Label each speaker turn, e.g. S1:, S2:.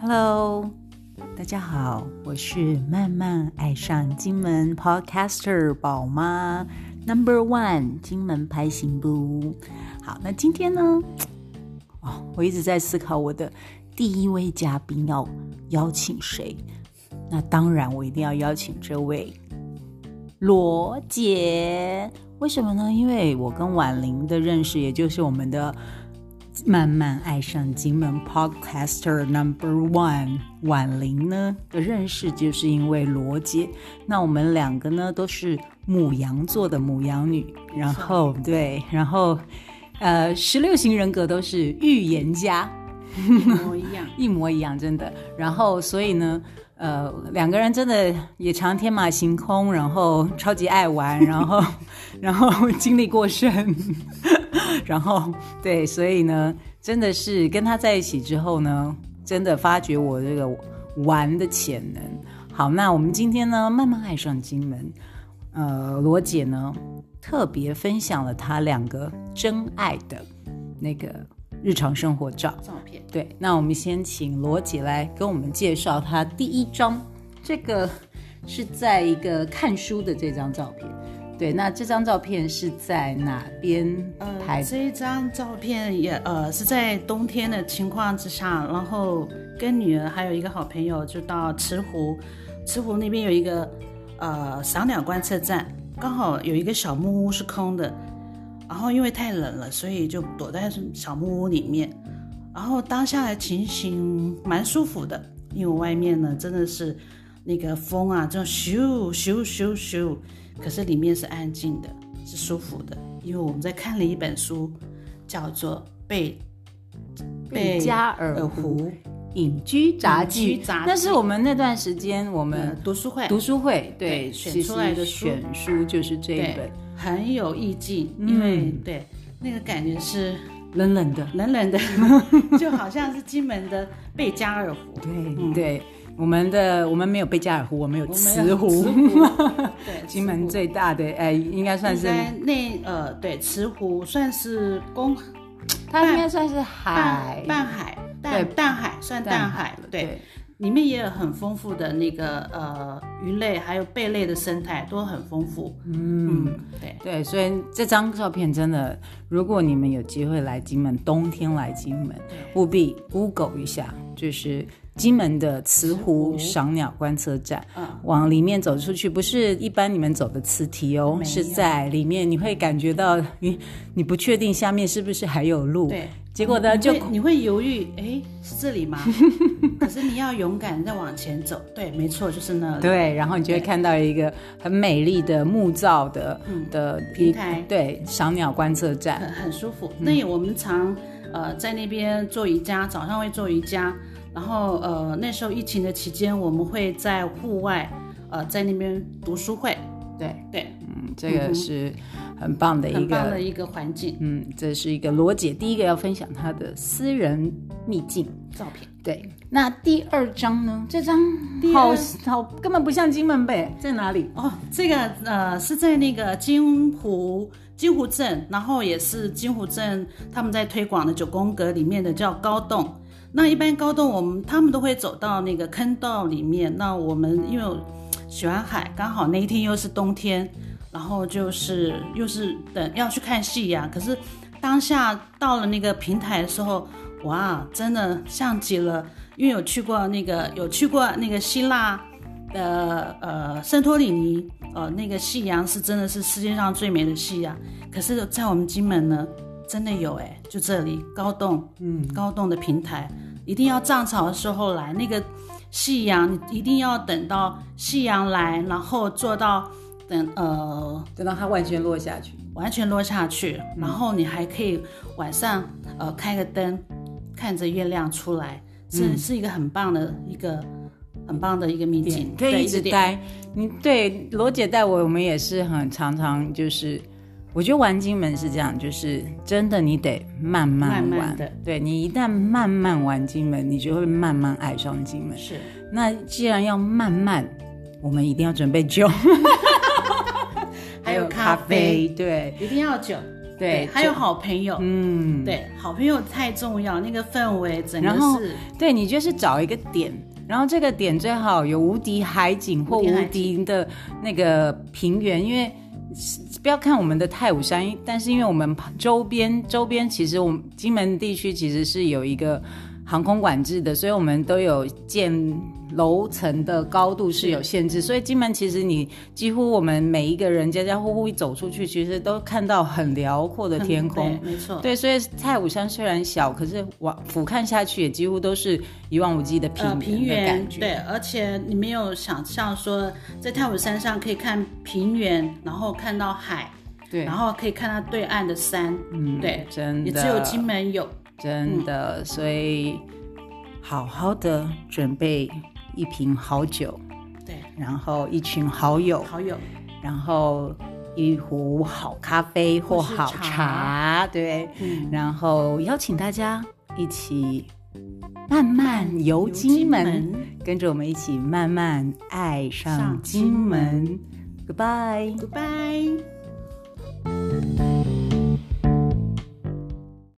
S1: Hello，大家好，我是慢慢爱上金门 Podcaster 宝妈 Number One 金门拍行部。好，那今天呢，哦，我一直在思考我的第一位嘉宾要邀请谁。那当然，我一定要邀请这位罗姐。为什么呢？因为我跟婉玲的认识，也就是我们的慢慢爱上金门 Podcaster Number One 婉玲呢的认识，就是因为罗姐。那我们两个呢都是母羊座的母羊女，然后对，然后呃，十六型人格都是预言家，
S2: 一模一样。
S1: 一模一样，真的。然后，所以呢，呃，两个人真的也常天马行空，然后超级爱玩，然后， 然后精力过剩，然后对，所以呢，真的是跟他在一起之后呢，真的发掘我这个玩的潜能。好，那我们今天呢，慢慢爱上金门，呃，罗姐呢特别分享了她两个真爱的那个日常生活照。
S2: 照片
S1: 对，那我们先请罗姐来跟我们介绍她第一张，这个是在一个看书的这张照片。对，那这张照片是在哪边拍
S2: 呃，
S1: 的？
S2: 这一张照片也呃是在冬天的情况之下，然后跟女儿还有一个好朋友就到池湖，池湖那边有一个呃赏鸟观测站，刚好有一个小木屋是空的，然后因为太冷了，所以就躲在小木屋里面，然后当下的情形蛮舒服的，因为外面呢真的是那个风啊，这种咻咻咻咻，可是里面是安静的，是舒服的，因为我们在看了一本书，叫做《贝
S1: 贝加尔湖
S2: 呃湖
S1: 隐居杂记
S2: 隐居杂记
S1: 那是我们那段时间我
S2: 呃
S1: 们
S2: 读书会》，
S1: 读书会对
S2: 对选
S1: 其实
S2: 出来的书
S1: 选书就是这一
S2: 对
S1: 本，
S2: 很有意境，因为、
S1: 嗯
S2: 对那个感觉是
S1: 冷冷的。
S2: 冷冷的，就好像是金门的贝加尔湖。
S1: 对、对，我们的我们没有贝加尔湖，我们有
S2: 嗯我们
S1: 慈
S2: 有
S1: 湖，
S2: 对，
S1: 金
S2: 慈
S1: 门
S2: 湖
S1: 最大的哎，应该算
S2: 应
S1: 是
S2: 该那呃，对，慈湖算是公
S1: 它应该算是海
S2: 半半海，
S1: 对
S2: 淡淡海算淡海，对，里面也有很丰富的那个呃鱼类还有贝类的生态都很丰富。嗯，对，
S1: 对，所以这张照片真的，如果你们有机会来金门，冬天来金门，务必 Google 一下，就是金门的慈湖赏鸟观测站。
S2: 嗯
S1: 往里面走出去，不是一般你们走的磁梯哦，
S2: 没有
S1: 是在里面，你会感觉到你你不确定下面是不是还有路，
S2: 对，嗯
S1: 结果呢
S2: 你
S1: 就
S2: 会你会犹豫，哎，是这里吗？可是你要勇敢再往前走。对，没错，就是那 里。
S1: 对，然后你就会看到一个很美丽的木造的、的一
S2: 嗯平台
S1: 对赏鸟观测站，
S2: 很很舒服。
S1: 嗯
S2: 那也我们常呃在那边做瑜伽，早上会做瑜伽，然后呃那时候疫情的期间，我们会在户外呃在那边读书会，
S1: 对，
S2: 对，
S1: 嗯，这个是很棒的一
S2: 很棒
S1: 个，
S2: 的一个环境
S1: 嗯，这是一个罗姐第一个要分享她的私人秘境。
S2: 照片。
S1: 对，那第二张呢？这张
S2: 第
S1: 好
S2: 二
S1: 好根本不像金门北，在哪里？
S2: 哦，这个呃是在那个金湖金湖镇，然后也是金湖镇他们在推广的九宫格里面的叫高洞。那一般高洞我们他们都会走到那个坑道里面。那我们因为我喜欢海，刚好那一天又是冬天，然后就是又是等要去看夕阳，可是当下到了那个平台的时候，哇，真的像极了，因为有去过那个有去过那个希腊。的呃圣托里尼，呃那个夕阳是真的是世界上最美的夕阳，可是，在我们金门呢，真的有哎、就这里高洞，嗯，高洞的平台，一定要涨潮的时候来，那个夕阳你一定要等到夕阳来，然后做到等呃
S1: 等到它完全落下去。
S2: 完全落下去，
S1: 嗯
S2: 然后你还可以晚上呃开个灯，看着月亮出来，
S1: 嗯
S2: 是、是一个很棒的一个很棒的一个秘境，
S1: 可以
S2: 对
S1: 一直
S2: 点
S1: 待。你对罗姐带我，我们也是很常常就是，我觉得玩金门是这样，就是真的你得慢慢玩。
S2: 慢慢地
S1: 对你一旦慢慢玩金门，你就会慢慢爱上金门。
S2: 是
S1: 那既然要慢慢，我们一定要准备酒，
S2: 还有咖
S1: 咖
S2: 啡，
S1: 对
S2: 一定要酒，对，还有
S1: 就
S2: 好朋友，
S1: 嗯，
S2: 对，好朋友太重要，那个氛围整
S1: 然后
S2: 个是
S1: 对，你就是找一个点，然后这个点最好有无敌海景或
S2: 无敌
S1: 无
S2: 海
S1: 敌的那个平原，因为不要看我们的太武山，但是因为我们周边周边其实我们金门地区其实是有一个。航空管制的，所以我们都有建楼层的高度是有限制，所以金门其实你几乎我们每一个人家家户户一走出去，其实都看到很辽阔的
S2: 很
S1: 天空，，
S2: 对没错，
S1: 对，所以太武山虽然小，可是往俯瞰下去也几乎都是一望无际的
S2: 呃，平
S1: 平原的
S2: 原
S1: 感觉。
S2: 对，而且你没有想象说在太武山上可以看平原，然后看到海，
S1: 对
S2: 然后可以看到对岸的山，
S1: 嗯，
S2: 对，
S1: 真的，
S2: 也只有金门嗯有。
S1: 真的，所以好好的准备一瓶好酒，
S2: 对，
S1: 然后一群好友，
S2: 好友，
S1: 然后一壶好咖啡或
S2: 或是
S1: 好
S2: 茶
S1: 茶，对，
S2: 嗯，
S1: 然后邀请大家一起慢慢游金门。跟着我们一起慢慢爱上金门。Goodbye。
S2: ，Goodbye。